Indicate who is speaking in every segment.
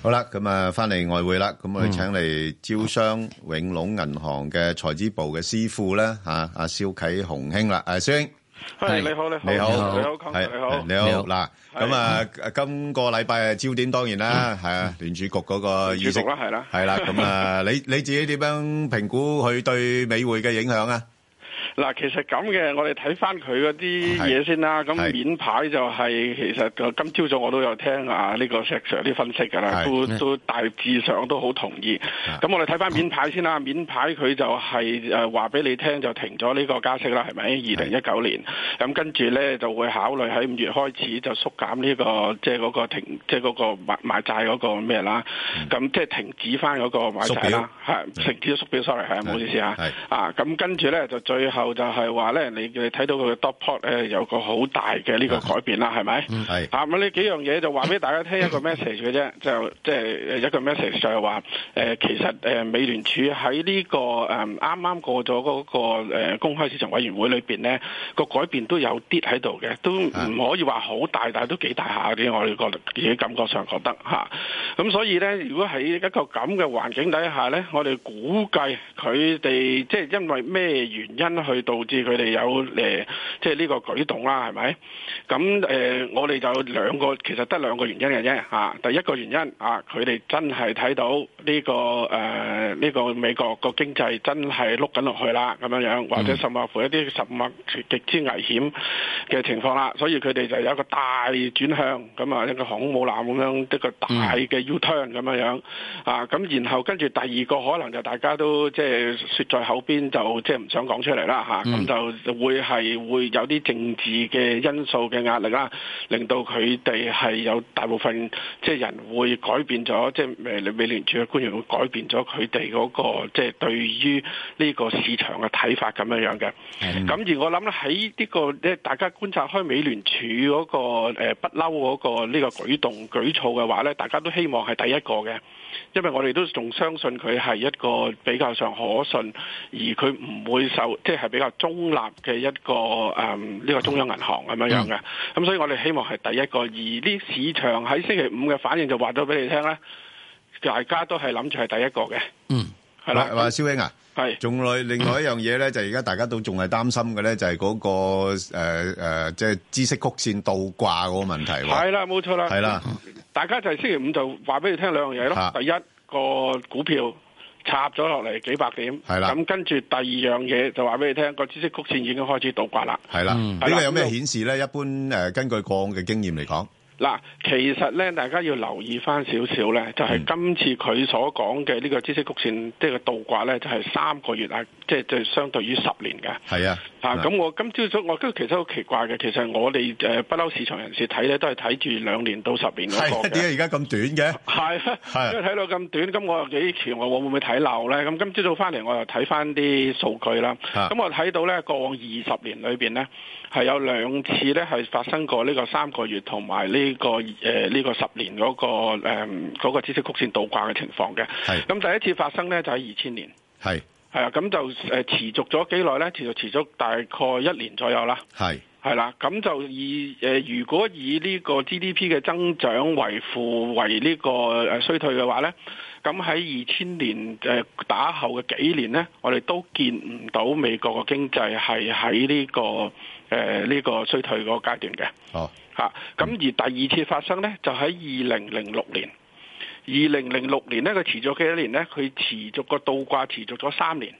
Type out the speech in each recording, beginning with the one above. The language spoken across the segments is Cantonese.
Speaker 1: 好啦，咁啊，翻嚟外匯啦，咁我哋請嚟招商永隆銀行嘅財資部嘅師傅咧，嚇阿蕭啟雄兄啦，誒，蕭兄。
Speaker 2: 係你好，你好，
Speaker 1: 你好，
Speaker 2: 你好，康
Speaker 1: 係
Speaker 2: 你好，
Speaker 1: 你好嗱，咁啊，今個禮拜嘅焦點當然啦，係啊，聯儲局嗰個議息
Speaker 2: 聯儲局啦係啦
Speaker 1: 係啦，咁 啊，你你自己點樣評估佢對美匯嘅影響啊？
Speaker 2: 嗱，其實咁嘅，我哋睇翻佢嗰啲嘢先啦。咁
Speaker 1: 係
Speaker 2: 面牌就係、其實今朝早我都有聽啊呢個石 Sir 啲分析㗎啦，
Speaker 1: 係啊
Speaker 2: 都都大致上都好同意。咁我哋睇翻面牌先啦，面牌佢就係誒話俾你聽就停咗呢個加息啦，係咪？二零一九年咁跟住咧就會考慮喺五月開始就縮減呢、個即係嗰個停即係嗰個買買債嗰個咩啦。
Speaker 1: 嗯
Speaker 2: 咁即係停止翻嗰個買債啦，係停止咗縮表，sorry 係唔好意思嚇
Speaker 1: 係。
Speaker 2: 啊，咁跟住咧就最後就係話咧，你你睇到佢嘅 dot plot 咧有個好大嘅呢個改變啦，係咪？
Speaker 1: 係
Speaker 2: 啊，咁呢幾樣嘢就話俾大家聽一個 message 嘅啫， 就即係一個 message 就係話誒，其實誒美聯儲喺呢個誒啱啱過咗嗰個誒公開市場委員會裏邊咧，個改變都有啲喺度嘅，都唔可以話好大，但係都幾大下嘅，我哋覺得自己感覺上覺得嚇。咁所以咧，如果喺一個咁嘅環境底下咧，我哋估計佢哋即係因為咩原因去導致佢哋有誒即係呢個舉動啦，係咪？咁誒、呃我哋就兩個，其實得兩個原因嘅啫嚇。第一個原因啊，佢哋真係睇到呢、個誒呢、個美國個經濟真係碌緊落去啦，咁樣樣，或者甚或乎一啲甚或極之危險嘅情況啦，所以佢哋就有一個大轉向，咁啊一個航空母艦咁樣一個大嘅 U turn 咁樣樣啊，咁然後跟住第二個可能就大家都即係説在口邊，就即係唔想講出嚟啦啊嚇，咁、
Speaker 3: 嗯
Speaker 2: 就。就會係會有啲政治嘅因素嘅壓力啦，令到佢哋係有大部分即係人會改變咗，即係誒美聯儲嘅官員會改變咗佢哋嗰個即係對於呢個市場嘅睇法咁樣樣嘅。咁而我諗咧喺呢個咧，大家觀察開美聯儲嗰個誒不嬲嗰個呢個舉動舉措嘅話咧，大家都希望係第一個嘅。因為我哋都仲相信佢係一個比較上可信，而佢唔會受即係比較中立嘅一個嗯誒呢、個中央銀行咁樣樣嘅。咁所以我哋希望係第一個，而呢市場喺星期五嘅反應就話咗俾你聽咧，大家都係諗住係第一個嘅，
Speaker 3: 嗯，
Speaker 2: 係
Speaker 1: 話話
Speaker 2: 啦，
Speaker 1: 蕭兄啊，
Speaker 2: 係
Speaker 1: 仲另另外一樣嘢咧，就而家大家都仲係擔心嘅咧，就係嗰個誒誒，即係孳息曲線倒掛嗰個問題喎。
Speaker 2: 係啦，冇錯啦，
Speaker 1: 係啦，
Speaker 2: 大家就係星期五就話俾你聽兩樣嘢
Speaker 1: 嚇
Speaker 2: 咯。第一個股票插咗落嚟幾百點，
Speaker 1: 係啦
Speaker 2: 咁跟住第二樣嘢就話俾你聽個孳息曲線已經開始倒掛啦。
Speaker 1: 係啦，
Speaker 3: 嗯
Speaker 1: 呢個有咩顯示咧？一般誒，根據過往嘅經驗嚟講，
Speaker 2: 嗱，其實咧，大家要留意翻少少咧，就係、
Speaker 1: 嗯
Speaker 2: 今次佢所講嘅呢個孳息曲線，即係個倒掛咧，就係、三個月啊，即係即係相對於十年嘅。
Speaker 1: 係啊，
Speaker 2: 啊，咁我今朝早我都其實好奇怪嘅，其實我哋誒不嬲市場人士睇咧，都係睇住兩年到十年嗰個
Speaker 1: 係啊
Speaker 2: 嘅。
Speaker 1: 點解而家咁短嘅？
Speaker 2: 係
Speaker 1: 係
Speaker 2: 啊，因為睇到咁短，咁我又幾期我會唔會睇漏咧？咁今朝早翻嚟，我又睇翻啲數據啦。
Speaker 1: 啊
Speaker 2: 咁我睇到咧，過往二十年裏邊咧，係有兩次咧係發生過呢個三個月同埋呢個呃誒呢、個十年嗰、個呃誒嗰、個孳息曲線倒掛嘅情況嘅。
Speaker 1: 係
Speaker 2: 咁第一次發生咧就喺二千年，
Speaker 1: 係
Speaker 2: 係啊，咁就誒持續咗幾耐咧？持續持續大概一年左右啦。
Speaker 1: 係
Speaker 2: 係啦，咁就以誒、呃如果以呢個 GDP 嘅增長為負為呢個誒衰退嘅話咧，咁喺二千年誒、呃打後嘅幾年咧，我哋都見唔到美國嘅經濟係喺呢個誒呢、個衰退嗰個階段嘅。
Speaker 1: 哦，
Speaker 2: 嚇。咁而第二次發生呢，就喺二零零六年。二零零六年呢，佢持續幾多年呢？佢持續個倒掛持續咗三年，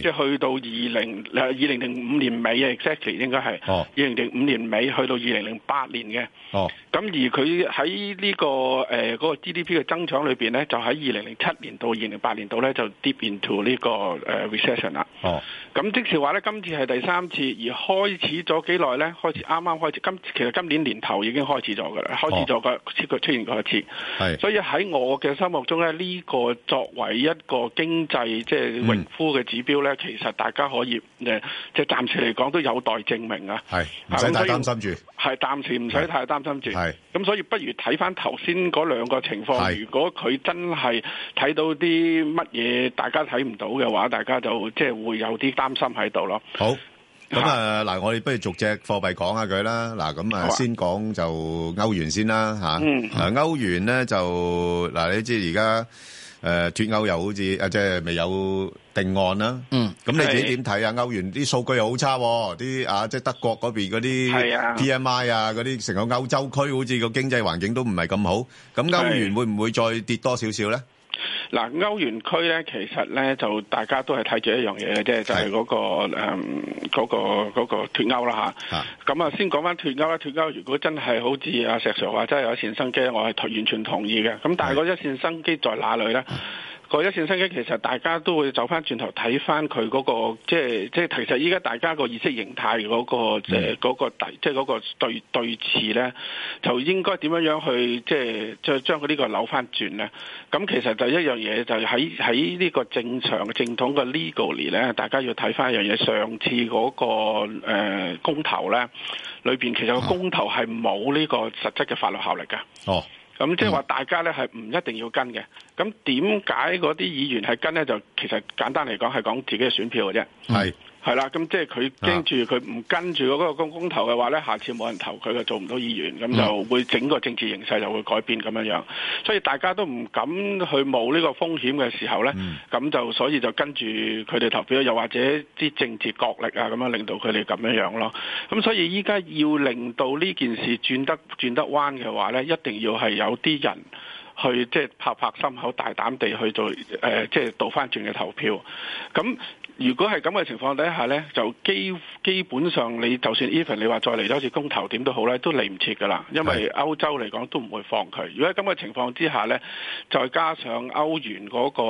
Speaker 2: 即
Speaker 1: 係
Speaker 2: 係去到二零誒二零零五年尾啊，exactly 應該係
Speaker 1: 哦
Speaker 2: 二零零五年尾去到二零零八年嘅。
Speaker 1: 哦，
Speaker 2: 咁而佢喺呢個呃誒嗰、個 GDP 嘅增長裏邊呢，就喺二零零七年到二零零八年度呢，就 deep into 呢、個誒、呃 recession 啦。
Speaker 1: 哦，
Speaker 2: 咁即是話咧，今次係第三次，而開始咗幾耐咧？開始啱啱開始，今其實今年年頭已經開始咗㗎啦，開始咗個出出現過一次。
Speaker 1: 係
Speaker 2: 所以喺我嘅心目中咧，呢、個作為一個經濟即係榮枯嘅指
Speaker 1: 嗯
Speaker 2: 標咧，其實大家可以誒，即係暫時嚟講都有待證明啊。
Speaker 1: 係唔使太擔心住，
Speaker 2: 係暫時唔使太擔心住。
Speaker 1: 係
Speaker 2: 咁所以不如睇翻頭先嗰兩個情況，
Speaker 1: 係
Speaker 2: 如果佢真係睇到啲乜嘢大家睇唔到嘅話，大家就即係會有啲擔心喺度咯。
Speaker 1: 好。咁啊，嗱，我哋不如逐隻貨幣講下佢啦。嗱，咁啊，先講就歐元先啦嚇。
Speaker 2: 嗯
Speaker 1: 嗱，歐元咧就嗱，你知而家誒脱歐又好似啊，即係未有定案啦。
Speaker 3: 嗯，
Speaker 1: 咁你自己點睇啊？歐元啲數據又好差喎，啲啊即係德國嗰邊嗰
Speaker 2: 係啊
Speaker 1: 啲 PMI 啊，嗰啲成個歐洲區好似個經濟環境都唔係咁好。咁歐元
Speaker 2: 係
Speaker 1: 會唔會再跌多少少咧？
Speaker 2: 嗱，歐元區咧，其實咧就大家都係睇住一樣嘢嘅啫，就係、嗰、個誒嗰、個嗰、個脱歐啦
Speaker 1: 啊
Speaker 2: 嚇。咁啊，先講翻脱歐啦，脱歐如果真係好似阿石 Sir 話，真係有一線生機，我係完全同意嘅。咁但係嗰一線生機在哪裏咧？嗰一線生機其實大家都會走翻轉頭睇翻佢嗰個，即係即係其實依家大家個意識形態嗰、個即係嗰個底，即係嗰個對對峙咧，就應該點樣樣去即係再將佢呢個扭翻轉咧？咁其實就一樣嘢，就喺喺呢個正常正統嘅 legally 咧，大家要睇翻一樣嘢。上次嗰、個、呃、公投咧，裏邊其實個公投係冇呢個實質嘅法律效力嘅。
Speaker 1: 哦，
Speaker 2: 咁即係話大家咧係唔一定要跟嘅。咁點解嗰啲議員係跟咧？就其實簡單嚟講係講自己嘅選票嘅啫。
Speaker 1: 係
Speaker 2: 係啦，咁即係佢驚住佢唔跟住嗰個公公投嘅話咧，下次冇人投佢就做唔到議員，咁就會整個政治形勢就會改變咁樣樣。所以大家都唔敢去冒呢個風險嘅時候咧，咁、就所以就跟住佢哋投票，又或者啲政治角力啊，咁樣令到佢哋咁樣樣咯。咁所以依家要令到呢件事轉得轉得彎嘅話咧，一定要係有啲人。去即係拍拍心口，大膽地去做誒、呃即係倒翻轉嘅投票。咁如果係咁嘅情況底下呢，就基基本上你就算 even 你話再嚟多次公投點都好咧，都嚟唔切㗎啦。因為歐洲嚟講都唔會放佢。如果喺咁嘅情況之下呢，再加上歐元嗰、個、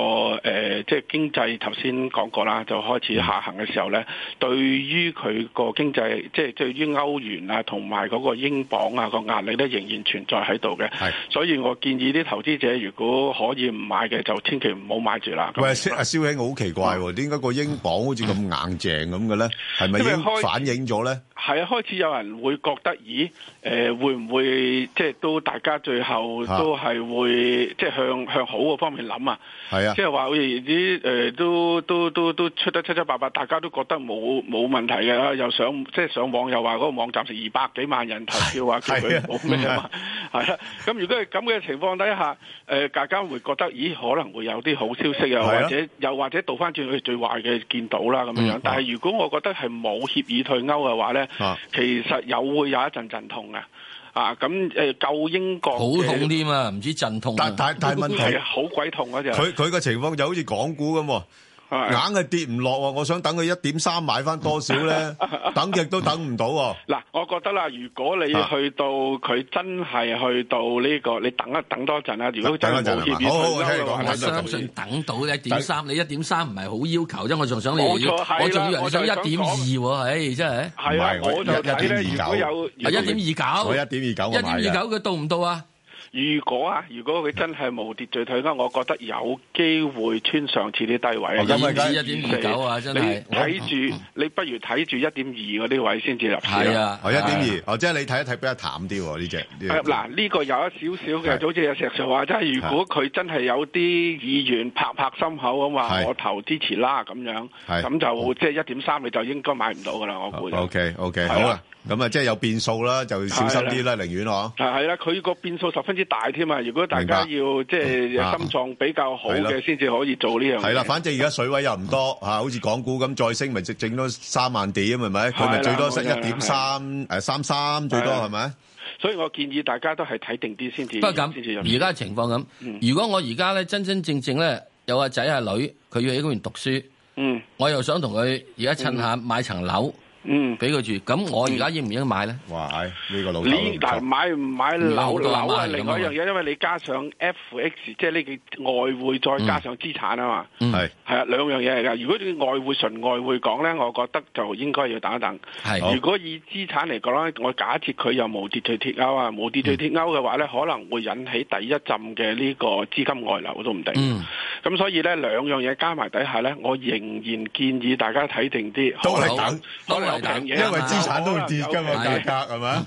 Speaker 2: 呃、即係經濟頭先講過啦，就開
Speaker 1: 嗯
Speaker 2: 始下行嘅時候呢，對於佢個經濟，即係對於歐元啊同埋嗰個英鎊啊個壓力呢，仍然存在喺度嘅。
Speaker 1: 係。
Speaker 2: 所以我建議啲投資者，如果可以唔買嘅，就千祈唔好買住啦。咁
Speaker 1: 喂，蕭阿蕭兄，我好奇怪喎，點解個英鎊好似咁硬淨咁嘅咧？係咪已
Speaker 2: 因為
Speaker 1: 經
Speaker 2: 開
Speaker 1: 反映咗咧？
Speaker 2: 係啊，開始有人會覺得，咦？誒、會唔會即係都大家最後
Speaker 1: 啊
Speaker 2: 都係會即係向向好嗰方面諗啊？
Speaker 1: 係啊
Speaker 2: 即，係話好似啲誒都都都都出得七七八八，大家都覺得冇冇問題嘅啦。又上即係上網又話嗰個網站成二百幾萬人投票話叫
Speaker 1: 係
Speaker 2: 佢
Speaker 1: 啊
Speaker 2: 冇咩啊嘛，係啦。咁如果係咁嘅情況底下，誒、大家會覺得咦可能會有啲好消息啊，
Speaker 1: 係啊嗯
Speaker 2: 或者又或者倒翻轉去最壞嘅見到啦咁樣樣。但係如果我覺得係冇協議退歐嘅話咧，
Speaker 1: 啊
Speaker 2: 其實又會有一陣陣痛嘅。啊，咁誒、救英國
Speaker 3: 好
Speaker 2: 嘅
Speaker 3: 痛添啊，唔知陣痛啊。
Speaker 1: 但但但係問
Speaker 2: 係啊
Speaker 1: 題，
Speaker 2: 好鬼痛嗰隻，
Speaker 1: 佢佢個情況就好似港股咁喎。
Speaker 2: 係啊
Speaker 1: 硬係跌唔落喎，我想等佢一點三買翻多少 咧，等極都等唔到喎。
Speaker 2: 嗱，我覺得啦，如果你
Speaker 1: 啊
Speaker 2: 去到佢真係去到呢、個，你等一等多陣啦。如果真係
Speaker 1: 等一陣係
Speaker 2: 冇協
Speaker 1: 嘛
Speaker 2: 議
Speaker 1: 好好
Speaker 2: 退休嘅話
Speaker 1: 我
Speaker 3: 我
Speaker 1: 聽你講
Speaker 2: 就
Speaker 3: 相信等到一點三，你一點三唔係好要求啫，我仲想你，
Speaker 2: 冇錯係啦
Speaker 3: 我仲以為你想一
Speaker 2: 我就係
Speaker 3: 點
Speaker 2: 想
Speaker 3: 二
Speaker 2: 講
Speaker 3: 喎，唉，真係。
Speaker 2: 係
Speaker 1: 唔係
Speaker 2: 啦，
Speaker 1: 我
Speaker 2: 我就睇咧，
Speaker 1: 1.29
Speaker 2: 如果有
Speaker 3: 啊，一點二九，
Speaker 1: 我1.29我
Speaker 3: 一
Speaker 1: 買
Speaker 3: 點
Speaker 1: 嘅
Speaker 3: 二九佢到唔到啊？
Speaker 2: 如果啊，如果佢真係無秩序退休，我覺得有機會穿上次啲低位啊
Speaker 1: 哦。咁咪
Speaker 3: 二
Speaker 1: 梗
Speaker 3: 至
Speaker 1: 係
Speaker 3: 一點二九啊，真係。
Speaker 2: 你睇住，你不如睇住一點二嗰啲位先至入市啦
Speaker 3: 係。啊，
Speaker 1: 哦，一點二，哦，即係你睇一睇比較淡啲喎呢只。
Speaker 2: 誒啊嗱，呢個有一少少嘅，
Speaker 1: 係
Speaker 2: 就好似有石 Sir 話齋，如果佢真係有啲議員拍拍心口咁話，
Speaker 1: 係
Speaker 2: 我投支持啦咁樣，
Speaker 1: 係
Speaker 2: 咁就即係一點三，你就應該買唔到噶啦，我估就。
Speaker 1: ，OK OK，
Speaker 2: 係
Speaker 1: 好
Speaker 2: 啊
Speaker 1: 啦，咁啊即係有變數啦，就小心啲
Speaker 2: 係
Speaker 1: 啦，寧願嗬。
Speaker 2: 啊，係啦，佢個變數十分之大添啊！如果大家要
Speaker 1: 明
Speaker 2: 即係
Speaker 1: 啊
Speaker 2: 心臟比較好
Speaker 1: 係啦
Speaker 2: 嘅，先至可以做呢樣嘢。
Speaker 1: 係啦，反正而家水位又唔 多嚇，好似港股咁再升咪整整多三萬點係咪？佢咪最多升一
Speaker 2: 係啦冇錯啦
Speaker 1: 點三誒三三最多
Speaker 2: 係啊
Speaker 1: 係咪？
Speaker 2: 所以我建議大家都係睇定啲先至，
Speaker 3: 不過咁，
Speaker 2: 先至入
Speaker 3: 而家情況咁。如果我而家咧真真正正咧有個仔阿女，佢要喺嗰邊讀書，
Speaker 2: 嗯
Speaker 3: 我又想同佢而家趁下買層樓
Speaker 2: 嗯。
Speaker 3: 俾佢住，咁我而家應唔應該買咧？
Speaker 1: 哇！唉呢個老嗯
Speaker 2: 你嗱
Speaker 1: 豆
Speaker 2: 買唔買樓
Speaker 3: 樓都係
Speaker 2: 樓
Speaker 3: 買
Speaker 2: 啊？
Speaker 3: 嚟
Speaker 2: 另
Speaker 3: 㗎嘛
Speaker 2: 外一樣嘢，因為你加上 FX，即係呢個外匯再加
Speaker 1: 嗯
Speaker 2: 上資產啊嘛。
Speaker 1: 係
Speaker 2: 係啊，兩樣嘢嚟㗎。如果你外匯純外匯講咧，我覺得就應該要等一等。
Speaker 3: 係
Speaker 2: 如果以資產嚟講咧，我假設佢又無秩序脱歐啊，無秩序脱歐嘅話咧，可能會引起第一陣嘅呢個資金外流都唔定。
Speaker 3: 嗯
Speaker 2: 咁、所以咧兩樣嘢加埋底下咧，我仍然建議大家睇定啲，
Speaker 1: 都係
Speaker 2: 可能
Speaker 1: 等
Speaker 2: 可能有
Speaker 3: 都係等
Speaker 2: 平
Speaker 1: 因
Speaker 2: 嘢，
Speaker 1: 為資產都會跌㗎嘛，
Speaker 3: 係啊
Speaker 1: 價格係
Speaker 2: 嗯
Speaker 1: 咪？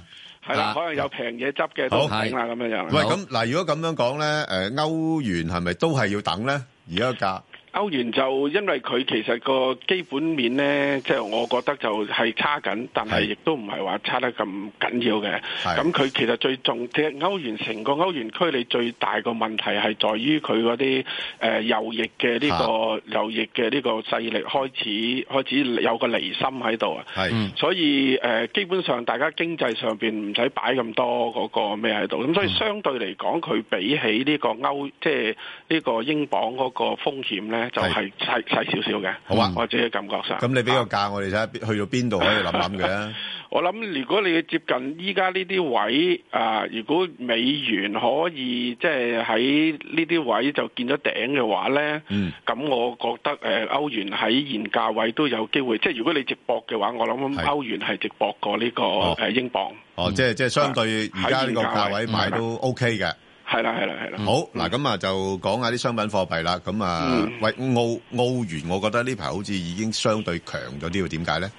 Speaker 2: 係啦
Speaker 3: 啊，
Speaker 2: 可能有平嘢執嘅都唔定啦，咁樣樣。
Speaker 1: 喂，
Speaker 3: 好。
Speaker 1: 咁嗱，如果咁樣講咧，誒，歐元係咪都係要等咧？而家個價
Speaker 2: 歐元就因為佢其實個基本面呢，即、係、我覺得就係差緊，但係
Speaker 1: 係
Speaker 2: 亦都唔係話差得咁緊要嘅。
Speaker 1: 係
Speaker 2: 咁佢其實最重，其實歐元成個歐元區你最大個問題係在於佢嗰啲誒右翼嘅呢、個右翼嘅呢個勢力開始開始有個離心喺度啊。
Speaker 1: 係
Speaker 3: 嗯
Speaker 2: 所以誒、呃基本上大家經濟上邊唔使擺咁多嗰個咩喺度，咁所
Speaker 1: 嗯
Speaker 2: 以相對嚟講，佢比起呢個歐，即係呢個英鎊嗰個風險咧，就係細細少少嘅。
Speaker 1: 好啊
Speaker 2: 我自己感覺上。啊
Speaker 1: 咁你俾個價我哋睇下，去到邊度可以諗諗嘅？
Speaker 2: 我諗如果你接近依家呢啲位啊、如果美元可以即係喺呢啲位就見咗頂嘅話咧，
Speaker 1: 嗯
Speaker 2: 咁、我覺得誒、呃、歐元喺現價位都有機會，即係如果你直博嘅話，我諗
Speaker 1: 係
Speaker 2: 歐元係直博過呢、個
Speaker 1: 哦
Speaker 2: 呃英鎊。
Speaker 1: 哦，即係即係相對而家呢個價位買都 OK 嘅。
Speaker 2: 係啦，係啦，係啦。
Speaker 1: 好嗱，咁啊就講下啲商品貨幣啦。咁啊
Speaker 2: 嗯，
Speaker 1: 喂澳澳元，我覺得呢排好似已經相對強咗啲喎，點解咧？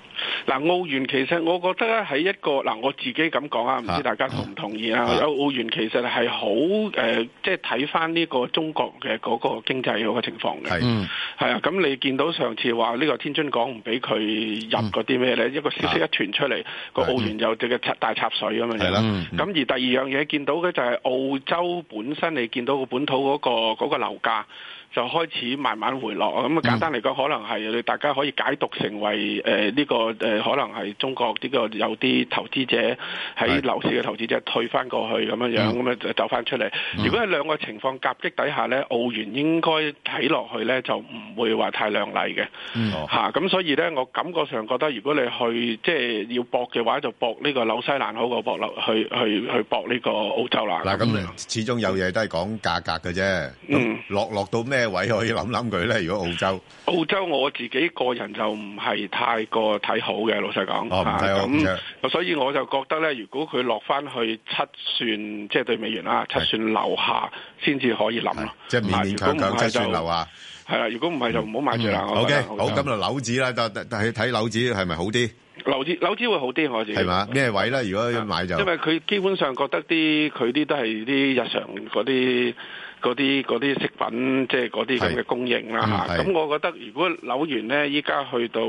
Speaker 2: 嗱，澳元其實我覺得咧喺一個嗱，我自己咁講啊，唔
Speaker 1: 啊
Speaker 2: 知大家同唔同意啊？
Speaker 1: 啊
Speaker 2: 有澳元其實係好誒，即係睇翻呢個中國嘅嗰個經濟嗰個情況嘅。
Speaker 1: 係
Speaker 3: 嗯
Speaker 2: 係啊，咁你見到上次話呢個天津港唔俾佢入嗰啲咩咧？一個消息一傳出嚟，個
Speaker 1: 係
Speaker 2: 澳元有隻嘅插大插水咁樣。
Speaker 1: 嗯係啦
Speaker 3: 嗯，
Speaker 2: 咁而第二樣嘢見到嘅就係澳洲本身，你見到個本土嗰、個嗰、個樓價就開始慢慢回落。咁啊簡單嚟講，可能係你大家可以解讀成為誒呢、個誒、可能係中國呢個有啲投資者喺
Speaker 1: 係
Speaker 2: 樓市嘅投資者退翻過去咁樣樣，咁啊就走翻出嚟。如果喺兩個情況夾擊底下咧，澳元應該睇落去咧就唔會話太亮麗嘅。
Speaker 3: 嗯
Speaker 1: 哦，
Speaker 2: 嚇，咁、所以咧，我感覺上覺得，如果你去即係要搏嘅話，就搏呢個紐西蘭好過搏紐去去去搏呢個澳洲啦。
Speaker 1: 嗱，咁始終有嘢都係講價格嘅啫。
Speaker 2: 嗯
Speaker 1: 咁落落到咩位可以諗諗佢咧？如果澳洲，
Speaker 2: 澳洲我自己個人就唔係太過睇好嘅，老實講。
Speaker 1: 哦唔睇好
Speaker 2: 嚇
Speaker 1: 唔
Speaker 2: 咁、所以我就覺得咧，如果佢落翻去七算，即係對美元啦，七
Speaker 1: 係
Speaker 2: 算樓下先至可以諗咯。
Speaker 1: 即係勉勉強強七算樓
Speaker 2: 下。
Speaker 1: 啊。
Speaker 2: 係啦，如果唔係就唔好買住啦。我
Speaker 1: 嗯 OK，
Speaker 2: 覺得
Speaker 1: 好，咁就樓指啦，但但但係睇樓指係咪好啲？
Speaker 2: 樓指樓指會好啲，我自己
Speaker 1: 係嘛？咩位咧？如果
Speaker 2: 啊
Speaker 1: 買就
Speaker 2: 因為佢基本上覺得啲佢啲都係啲日常嗰啲嗰啲嗰啲食品，即係嗰啲咁
Speaker 1: 係
Speaker 2: 嘅供應啦嚇。
Speaker 1: 嗯係
Speaker 2: 咁、我覺得如果扭完呢，依家去到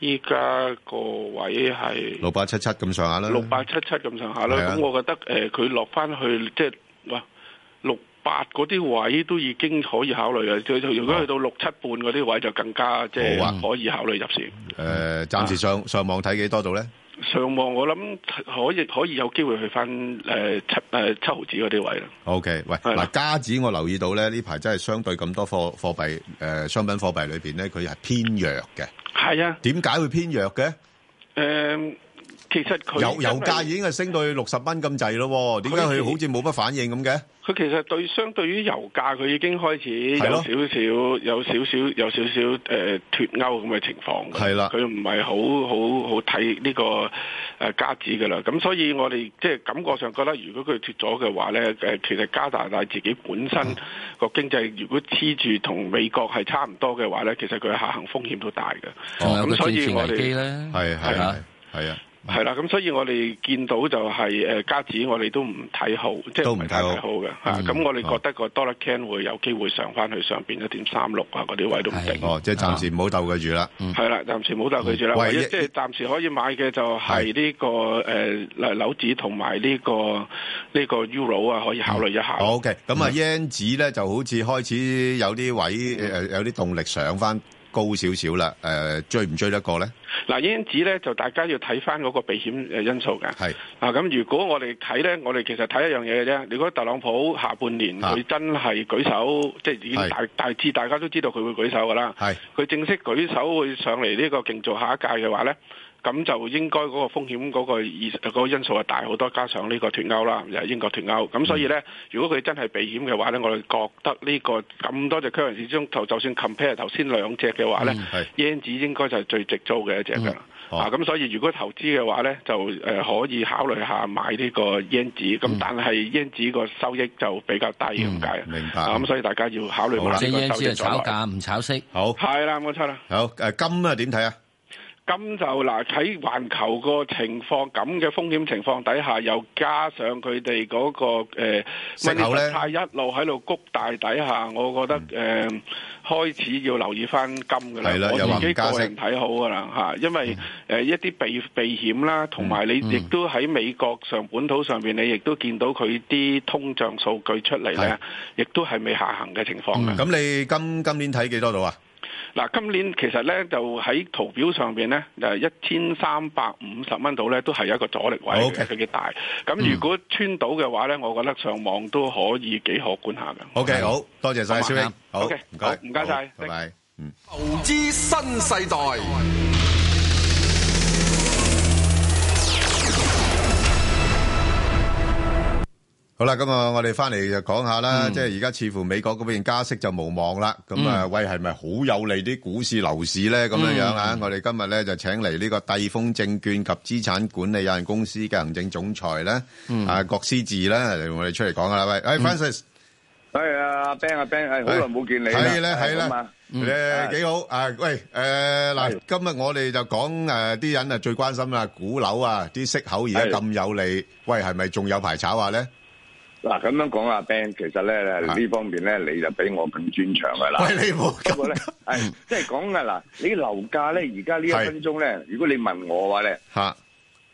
Speaker 2: 依家個位係
Speaker 1: 六八七七咁上下啦。
Speaker 2: 六八七七咁上下啦。
Speaker 1: 係啊
Speaker 2: 咁我覺得誒佢落翻去即係哇六八嗰啲位都已經可以考慮啦。最如果去到六七半嗰啲位就更加即係
Speaker 1: 好啊
Speaker 2: 可以考慮入市。
Speaker 1: 誒，暫時上上網睇幾多度咧？
Speaker 2: 上望我諗可以可以有機會去翻誒七誒七毫子嗰啲位啦。
Speaker 1: O K，喂，
Speaker 2: 係啦
Speaker 1: 嗱，加指我留意到咧，呢排真係相對咁多貨貨幣誒、商品貨幣裏邊咧，佢係偏弱嘅。
Speaker 2: 係啊，
Speaker 1: 點解會偏弱嘅？
Speaker 2: 誒、其實佢
Speaker 1: 油油價已
Speaker 2: 因
Speaker 1: 經
Speaker 2: 為
Speaker 1: 係升到去六十蚊咁滯咯喎，點解佢
Speaker 2: 佢
Speaker 1: 好似冇乜反應咁嘅？
Speaker 2: 佢其實對相對於油價，佢已經開始有
Speaker 1: 係
Speaker 2: 少
Speaker 1: 咯
Speaker 2: 少有少少有少少誒脱鈎咁嘅情況㗎。
Speaker 1: 係啦
Speaker 2: 佢唔係好好好睇呢個誒加指㗎啦。咁所以我哋即係感覺上覺得，如果佢脱咗嘅話咧，誒其實加拿大自己本
Speaker 3: 嗯
Speaker 2: 身個經濟如果黐住同美國係差唔多嘅話咧，其實佢下行風險都大嘅。
Speaker 3: 仲有個
Speaker 2: 咁所
Speaker 3: 政
Speaker 2: 以
Speaker 3: 治
Speaker 2: 我
Speaker 3: 危
Speaker 2: 哋
Speaker 3: 機咧，
Speaker 1: 係係係
Speaker 2: 係
Speaker 3: 啊
Speaker 1: 係啊，
Speaker 2: 係啦，咁所以我哋見到就係、誒加指，我哋都唔睇好，即係
Speaker 1: 都
Speaker 2: 唔
Speaker 1: 唔
Speaker 2: 係
Speaker 1: 睇
Speaker 2: 太
Speaker 1: 好
Speaker 2: 睇好嘅嚇。咁、我哋覺得個 dollar can 會有機會上翻去上邊一點三六啊，嗰啲位都唔定。
Speaker 1: 哦，即係暫時唔好鬥佢住啦。
Speaker 2: 係啦，暫時冇得佢住啦。
Speaker 1: 喂
Speaker 2: 唯一
Speaker 1: 一
Speaker 2: 即係暫時可以買嘅就係呢、個呃誒嗱樓指同埋呢個呢、個 euro 啊，可以考慮一下。
Speaker 1: O K，咁啊，yen 指咧就好似開始有啲位誒有啲動力上翻高少少啦。誒、追唔追得過咧？
Speaker 2: 嗱，英指咧就大家要睇翻嗰個避險誒因素嘅。
Speaker 1: 係
Speaker 2: 啊，咁如果我哋睇咧，我哋其實睇一樣嘢嘅啫。如果特朗普下半年
Speaker 1: 啊
Speaker 2: 佢真係舉手，即係已經
Speaker 1: 係
Speaker 2: 大大致大家都知道佢會舉手噶啦。
Speaker 1: 係
Speaker 2: 佢正式舉手會上嚟呢個競逐下一屆嘅話咧，咁就應該嗰個風險嗰個意嗰個因素係啊大好多，加上呢個脱歐啦，又係英國脱歐，咁所以咧，如果佢真係避險嘅話咧，我哋覺得呢個咁多隻 currency 之中，就就算 compare 頭先兩隻嘅話咧
Speaker 1: 嗯係
Speaker 2: ，yen 指應該就係最直租嘅一隻㗎啦。
Speaker 1: 哦
Speaker 2: 啊，咁所以如果投資嘅話咧，就誒、呃可以考慮下買呢個 yen 指，
Speaker 1: 嗯
Speaker 2: 咁但係 yen 指個收益就比較低咁解啊。
Speaker 1: 明白
Speaker 2: 啊，咁所以大家要考慮
Speaker 1: 好啦
Speaker 2: 買
Speaker 3: 即
Speaker 2: 呢
Speaker 3: 係
Speaker 2: 個
Speaker 3: yen
Speaker 2: 收益
Speaker 3: 只係
Speaker 2: 在內
Speaker 3: 炒。價唔炒息。
Speaker 1: 好
Speaker 2: 係啦，冇錯啦。
Speaker 1: 好誒、金啊點睇啊？
Speaker 2: 咁就嗱喺環球個情況咁嘅風險情況底下，又加上佢哋嗰個呃誒
Speaker 1: 息口呢嗯
Speaker 2: 太一路喺度谷大底下，我覺得誒、呃開始要留意翻金㗎
Speaker 1: 係
Speaker 2: 啦
Speaker 1: 啦。又話
Speaker 2: 我
Speaker 1: 唔
Speaker 2: 自己
Speaker 1: 加
Speaker 2: 個
Speaker 1: 息嗯
Speaker 2: 人睇好㗎啦嚇，因為誒一啲避避險啦，同埋你亦都喺美國上本土上邊，你亦都見到佢啲通脹數據出嚟咧，亦都係未下行嘅情況嘅。
Speaker 1: 咁你今今年睇幾多度啊？
Speaker 2: 嗱，今年其實咧就喺圖表上邊咧，就一千三百五十蚊度咧，都係有一個阻力位
Speaker 1: OK
Speaker 2: 嘅，佢幾大。咁如果穿到嘅話咧，我覺得上網都可以幾可觀下嘅。
Speaker 1: OK，好多謝晒
Speaker 3: 好
Speaker 1: 蕭
Speaker 3: 啊
Speaker 1: 兄，好
Speaker 2: OK，
Speaker 1: 唔該，
Speaker 2: 好唔該晒
Speaker 1: 好拜拜。嗯，
Speaker 4: 投資新世代，
Speaker 1: 好啦，咁啊，我哋翻嚟就講下啦，即係而家似乎美國嗰邊加息就無望啦。咁啊，喂，係咪好有利啲股市樓市咧？咁樣樣啊，我哋今日咧就請嚟呢個帝豐證券及資產管理有限公司嘅行政總裁咧，啊郭思治咧嚟我哋出嚟講噶啦。喂，誒 Francis。
Speaker 5: 哎呀，阿 Ben 阿 Ben，哎好耐冇見你啦，
Speaker 1: 係啦，係啦，
Speaker 5: 咁啊
Speaker 1: 誒，幾好，啊，喂，誒，嗱，
Speaker 5: 係。
Speaker 1: 今日我哋就講，誒，啲人啊最關心啊，股樓啊，啲息口而家
Speaker 5: 係。
Speaker 1: 咁有利，喂，係咪仲有排炒啊呢？
Speaker 5: 嗱咁樣講啊，Ben，其實咧
Speaker 1: 啊
Speaker 5: 呢方面咧，你就比我更專長噶啦。
Speaker 1: 喂，你唔好咁-
Speaker 5: 不過咧，係即係講啊嗱，你樓價咧而家呢一
Speaker 1: 係
Speaker 5: 分鐘咧，如果你問我嘅話咧，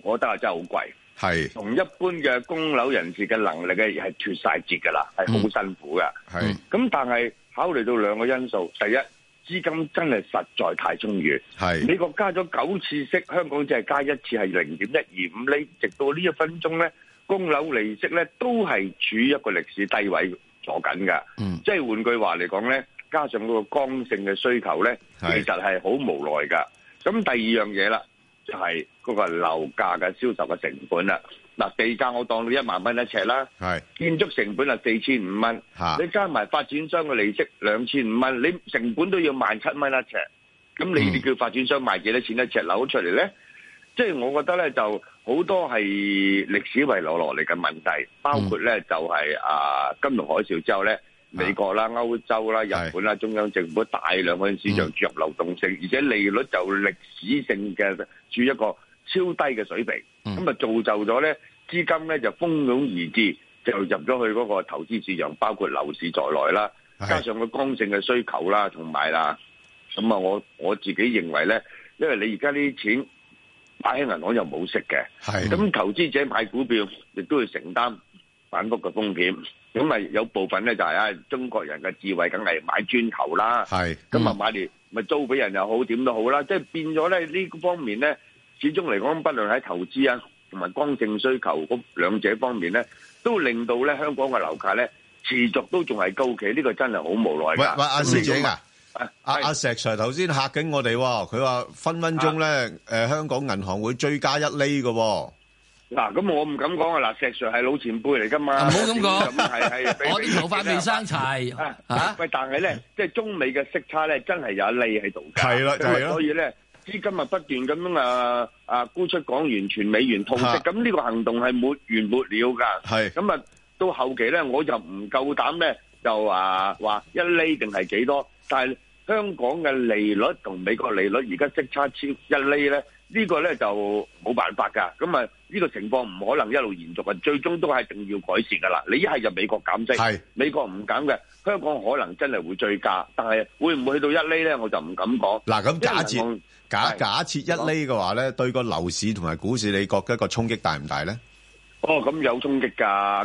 Speaker 5: 我覺得係啊真係好貴，
Speaker 1: 嚇，係，係，
Speaker 5: 同一般嘅供樓人士嘅能力嘅係脱晒節噶啦，係
Speaker 1: 嗯
Speaker 5: 好辛苦噶。咁但係考慮到兩個因素，第一資金真係實在太充裕。
Speaker 1: 係，
Speaker 5: 美國加咗九次息，香港只係加一次，係零點一二五厘，直到呢一分鐘咧，供樓利息咧都係處於一個歷史低位坐緊㗎。
Speaker 3: 嗯
Speaker 5: 即係換句話嚟講咧，加上嗰個剛性嘅需求咧，其
Speaker 1: 係
Speaker 5: 實係好無奈㗎。咁第二樣嘢啦，就係嗰個樓價嘅銷售嘅成本啦。嗱，地價我當到一萬蚊一尺啦，建築成本係四千五蚊。
Speaker 1: 係，嚇，
Speaker 5: 你加埋發展商嘅利息兩千五蚊，你成本都要萬七蚊一尺，咁你哋叫發展商賣幾多錢一尺樓出嚟咧？即係我覺得咧，就好多係歷史遺留落嚟嘅問題，包括咧就係、啊金融海嘯之後咧，美國啦、歐洲啦、日本啦、中央政府大量向市場注入流動性，而且利率就歷史性嘅處於一個超低嘅水平，
Speaker 3: 嗯
Speaker 5: 咁啊造就咗咧資金咧就蜂擁而至，就入咗去嗰個投資市場，包括樓市在內啦，
Speaker 1: 係
Speaker 5: 加上個剛性嘅需求啦，同埋啦，咁啊我我自己認為咧，因為你而家呢啲錢擺喺銀行又冇息嘅。
Speaker 1: 係，
Speaker 5: 咁投資者買股票亦都要承擔反覆嘅風險，咁咪有部分咧就係、啊中國人嘅智慧，梗係買磚頭啦，
Speaker 1: 係，
Speaker 5: 咁啊買嚟咪租俾人又好，點都好啦，即係變咗咧呢方面咧，始終嚟講，不論喺投資啊同埋剛性需求嗰兩者方面咧，都令到咧香港嘅樓價咧持續都仲係高企，呢、個真係好無奈㗎。
Speaker 1: 喂，喂，阿
Speaker 5: 咁你
Speaker 1: 師姐啊，
Speaker 5: 啊
Speaker 1: 阿-
Speaker 5: 係
Speaker 1: 阿石Sir頭先嚇緊我哋喎，佢話分分鐘呢，誒，香港銀行會追加一厘嘅喎。
Speaker 5: 嗱，咁我唔敢講啊！嗱，石 Sir 係老前輩嚟㗎嘛，
Speaker 3: 唔好咁講
Speaker 5: 咁係係 俾
Speaker 3: 我啲頭髮未生齊
Speaker 5: 啊
Speaker 3: 嚇，
Speaker 5: 喂，但係咧，即係中美嘅息差咧，真係有一厘喺度㗎。
Speaker 1: 係啦就係啦
Speaker 5: 咁啊所以咧，資金啊不斷咁樣啊啊沽出港元、全美元套息，
Speaker 1: 嚇
Speaker 5: 咁呢個行動係沒完沒了㗎。咁啊，到後期咧，我就唔夠膽咧，就話話一厘定係幾多，但係香港嘅利率同美國利率而家息差超一厘咧，呢、個咧就冇辦法㗎。咁啊，呢個情況唔可能一路延續啊，最終都係一定要改善㗎啦。你一係就美國減息。
Speaker 1: 係，係，係，
Speaker 5: 美國唔減嘅，香港可能真係會追加，但係會唔會去到一厘咧，我就唔敢講。
Speaker 1: 嗱，咁
Speaker 5: 因為
Speaker 1: 假設
Speaker 5: 我
Speaker 1: 假
Speaker 5: 係
Speaker 1: 假設一厘嘅話咧，對個樓市同埋股市，你覺得個衝擊大唔大咧？
Speaker 5: 哦，咁有衝擊㗎，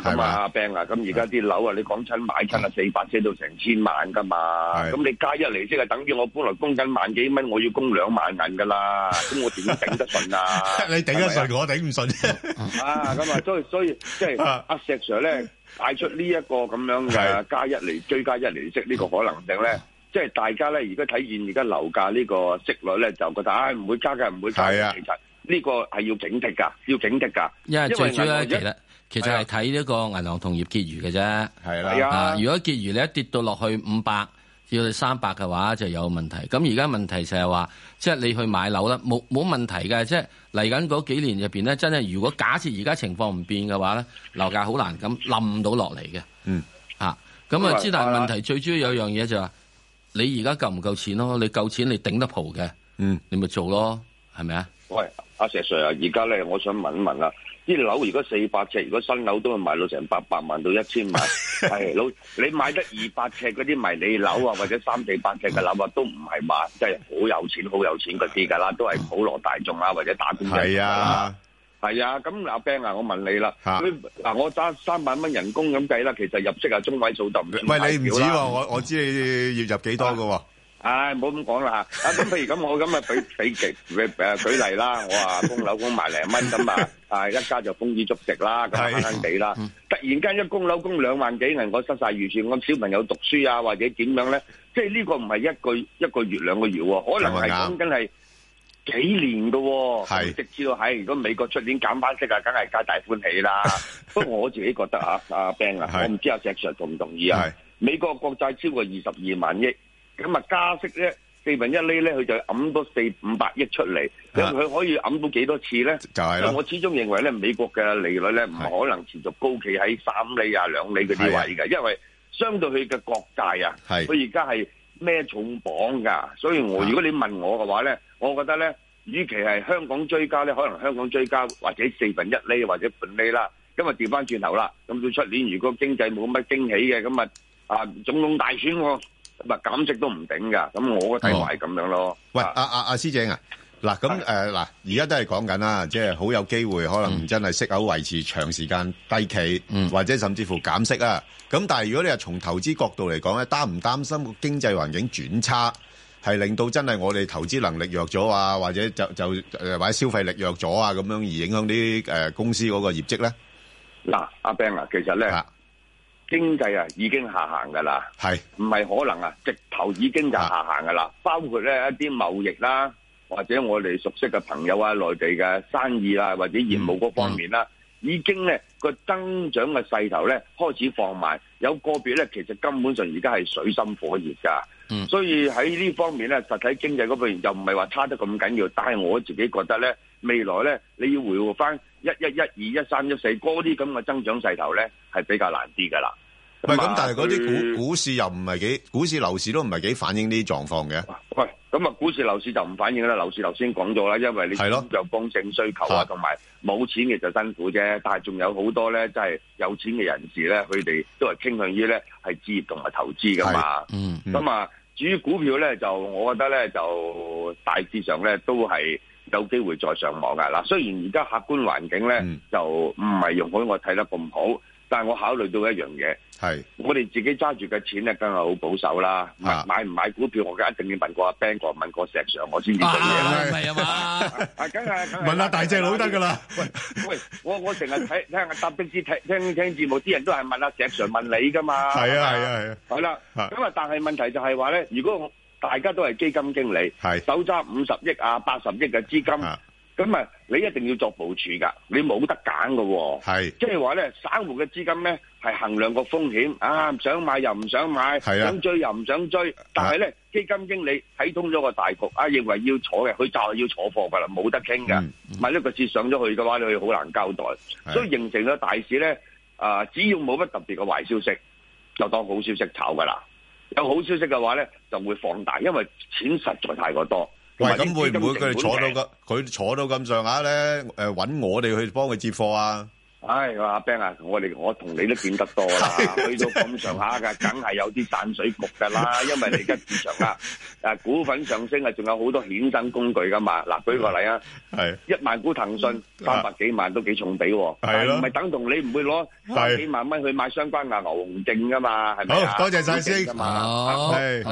Speaker 1: 係
Speaker 5: 咁
Speaker 1: 嘛
Speaker 5: 啊阿 Ben 啊，咁而家啲樓啊，你講親買親啊，四百車到成千萬㗎嘛，
Speaker 1: 係？
Speaker 5: 咁你加一厘息啊，等於我本來供緊萬幾蚊，我要供兩萬銀㗎啦，咁我點頂得順啊
Speaker 1: 你頂得順，我頂唔順。
Speaker 5: 啊，咁 啊，所以所以即係
Speaker 1: 啊
Speaker 5: 阿石 Sir 咧帶出呢一個咁樣
Speaker 1: 係嗯
Speaker 5: 嘅加一厘追加一厘息呢個可能性咧，即係大家咧而家睇見而家樓價呢個息率咧，就覺得唉唔會加嘅，唔會加
Speaker 1: 係啊
Speaker 5: 嘅。其實呢個係要警惕㗎，要警惕㗎。
Speaker 3: 因為最主要咧，
Speaker 5: 因為銀行一
Speaker 3: 其實其實係睇呢個銀行同業結餘嘅啫。
Speaker 1: 係
Speaker 5: 係
Speaker 1: 啦，
Speaker 5: 啊
Speaker 3: 啊，如果結餘你一跌到落去五百要到三百嘅話，就有問題。咁而家問題就係話，即係你去買樓啦，冇冇問題嘅。即係嚟緊嗰幾年入邊咧，真係如果假設而家情況唔變嘅話咧，樓價好難咁冧到落嚟嘅。
Speaker 1: 嗯，
Speaker 3: 啊，咁啊，之但
Speaker 5: 咁
Speaker 3: 係
Speaker 5: 啊
Speaker 3: 問題最主要有樣嘢就係、你而家夠唔夠錢咯？你夠錢你頂得蒲嘅，
Speaker 1: 嗯，
Speaker 3: 你咪做咯，係咪啊？
Speaker 5: 喂，阿石 Sir 啊，而家咧，我想問一問啊，啲樓如果四百尺，如果新樓都係賣到成八百萬到一千 萬，係老你買得二百尺嗰啲迷你樓啊，或者三四百尺嘅樓啊，都唔係話真係好有錢、好有錢嗰啲㗎啦，都係普羅大眾啊，或者打工仔
Speaker 1: 係啊，
Speaker 5: 係啊，咁阿 Ben 啊，我問你啦，
Speaker 1: 嚇
Speaker 5: 佢嗱我揸三萬蚊人工咁計啦，其實入息啊中位數就唔算
Speaker 1: 喂，你唔
Speaker 5: 太
Speaker 1: 止
Speaker 5: 少啦
Speaker 1: 喎，我我知你要入幾多嘅喎。
Speaker 5: 唉，冇咁講啦嚇。啊，咁譬如咁，我咁啊，俾俾極誒舉例啦，我話供樓供埋零蚊 咁啊，啊一家就豐衣足食啦，咁啊
Speaker 1: 係嗯
Speaker 5: 慳慳地啦。突然間一供樓供兩萬幾銀，我失晒預算，咁小朋友讀書啊，或者點樣咧？即係呢個唔係一個一個月兩個月喎，可能係
Speaker 1: 咁啊啱
Speaker 5: 講緊係幾年嘅喎。
Speaker 1: 係
Speaker 5: 直至到係，如果美國出年減翻息啊，梗係皆大歡 喜啦。不過我自己覺得啊，阿 Ben 啊，
Speaker 1: 係
Speaker 5: 我唔知阿石 Sir 同唔同意啊
Speaker 1: 係。
Speaker 5: 美國國債超過二十二萬億，咁啊加息咧四分一厘咧，佢就揞多四五百億出嚟，咁
Speaker 1: 啊
Speaker 5: 佢可以揞到幾多次咧？
Speaker 1: 就係咯
Speaker 5: 所以我始終認為咧，美國嘅利率咧唔
Speaker 1: 係
Speaker 5: 可能持續高企喺三厘啊兩厘嗰啲
Speaker 1: 係啊
Speaker 5: 位嘅，因為相對佢嘅國債啊，
Speaker 1: 係
Speaker 5: 佢而家係咩重磅㗎？所以我
Speaker 1: 啊
Speaker 5: 如果你問我嘅話咧，我覺得咧，與其係香港追加咧，可能香港追加或者四分一厘或者半厘啦。咁啊調翻轉頭啦，咁到出年如果經濟冇乜驚喜嘅，咁啊啊總統大選喎，咁啊減息都唔頂㗎。咁我嘅睇
Speaker 1: 哦
Speaker 5: 法係咁樣咯。
Speaker 1: 喂，
Speaker 5: 啊
Speaker 1: 阿阿阿師姐啊，嗱咁
Speaker 5: 係
Speaker 1: 誒嗱，而家都係講緊啦，即係好有機會可能真係息口維持長時間低企，
Speaker 3: 嗯
Speaker 1: 或者甚至乎減息啊。咁但係如果你係從投資角度嚟講咧，擔唔擔心個經濟環境轉差，係令到真係我哋投資能力弱咗啊，或者就就誒或者消費力弱咗啊，咁樣而影響啲誒公司嗰個業績咧？
Speaker 5: 嗱，阿 Ben 啊，其實咧
Speaker 1: 啊，
Speaker 5: 經濟啊已經下行㗎啦。
Speaker 1: 係
Speaker 5: 唔係可能啊，直頭已經就下行噶啦。包括咧一啲貿易啦，或者我哋熟悉嘅朋友啊，內地嘅生意啊，或者業務嗰方面
Speaker 1: 嗯
Speaker 5: 啦，已經咧個增長嘅勢頭咧開始放慢。有個別咧，其實根本上而家係水深火熱㗎。
Speaker 3: 嗯
Speaker 5: 所以喺呢方面咧，實體經濟嗰邊就唔係話差得咁緊要，但係我自己覺得咧，未來咧你要回復翻一一一二一三一四嗰啲咁嘅增長勢頭咧，係比較難啲㗎啦。
Speaker 1: 喂，咁
Speaker 5: 啊
Speaker 1: 但係嗰
Speaker 5: 佢
Speaker 1: 啲股股市又唔係幾，股市樓市都唔係幾反映呢啲狀況嘅。
Speaker 5: 喂，咁啊，股市、樓市就唔反映啦。樓市頭先講咗啦，因為你
Speaker 1: 係咯
Speaker 5: 就剛性需求
Speaker 1: 啊
Speaker 5: 啊，同埋冇錢嘅就辛苦啫。但係仲有好多咧，即係有錢嘅人士咧，佢哋都係傾向於咧係置業同埋投資噶嘛。
Speaker 3: 嗯
Speaker 1: 嗯
Speaker 5: 咁啊，至於股票咧，就我覺得咧，就大致上咧都係有機會再上網噶。嗱，雖然而家客觀環境咧、
Speaker 1: 嗯
Speaker 5: 就唔係容許我睇得咁好，但係我考慮到一樣嘢。
Speaker 1: 係
Speaker 5: 我哋自己揸住嘅錢咧，梗係好保守啦。
Speaker 1: 啊
Speaker 5: 買買唔買股票，我梗係一定要問過阿 Ben 哥，問過石 Sir，我先至做
Speaker 3: 啊
Speaker 5: 嘢啦。
Speaker 3: 唔係啊嘛，
Speaker 5: 啊，梗係梗係
Speaker 1: 問下大隻佬得㗎啦。
Speaker 5: 喂，我我成日睇聽下搭的士睇聽聽節目，啲人都係問阿石 Sir 問你㗎嘛。
Speaker 1: 係啊係啊係啊。
Speaker 5: 係啦，
Speaker 1: 啊
Speaker 5: 咁啊，但係問題就係話咧，如果我大家都係基金經理，
Speaker 1: 係
Speaker 5: 手揸五十億啊、八十億嘅資金，
Speaker 1: 啊
Speaker 5: 咁啊，你一定要作部署㗎，你冇得揀㗎喎。
Speaker 1: 係
Speaker 5: 即係話咧，散户嘅資金咧係衡量個風險啊，唔想買又唔想買，
Speaker 1: 係啊
Speaker 5: 想追又唔想追。但係咧，基金經理睇通咗個大局啊，認為要坐嘅，佢就係要坐貨㗎啦，冇得傾㗎
Speaker 1: 嗯。
Speaker 5: 萬一個市上咗去嘅話，你好難交代，
Speaker 1: 係
Speaker 5: 所以形成咗大市咧。啊、只要冇乜特別嘅壞消息，就當好消息炒㗎啦。有好消息嘅話咧，就會放大，因為錢實在太過多。
Speaker 1: 喂，
Speaker 5: 同埋啲
Speaker 1: 咁會唔會佢哋
Speaker 5: 資金成本
Speaker 1: 坐到
Speaker 5: 平
Speaker 1: 個佢坐到咁上下咧？誒，揾我哋去幫佢接貨啊？
Speaker 5: 唉，阿 Ben 啊，我哋我同你都見得多啦， 去到咁上下噶，梗係有啲散水局噶啦，因為你而家市場 啊，啊股份上升啊，仲有好多衍生工具噶嘛。嗱，舉個例啊，
Speaker 1: 係
Speaker 5: 一萬股騰訊三百幾萬都幾重比喎，
Speaker 1: 嗯啊係咯
Speaker 5: 但唔係等同你唔會攞
Speaker 1: 係
Speaker 5: 三幾萬蚊去買相關嘅牛熊證噶嘛，係咪啊
Speaker 1: 好多謝晒先
Speaker 5: 好勁㗎嘛
Speaker 3: 啊
Speaker 5: 啊
Speaker 3: 好，
Speaker 1: 係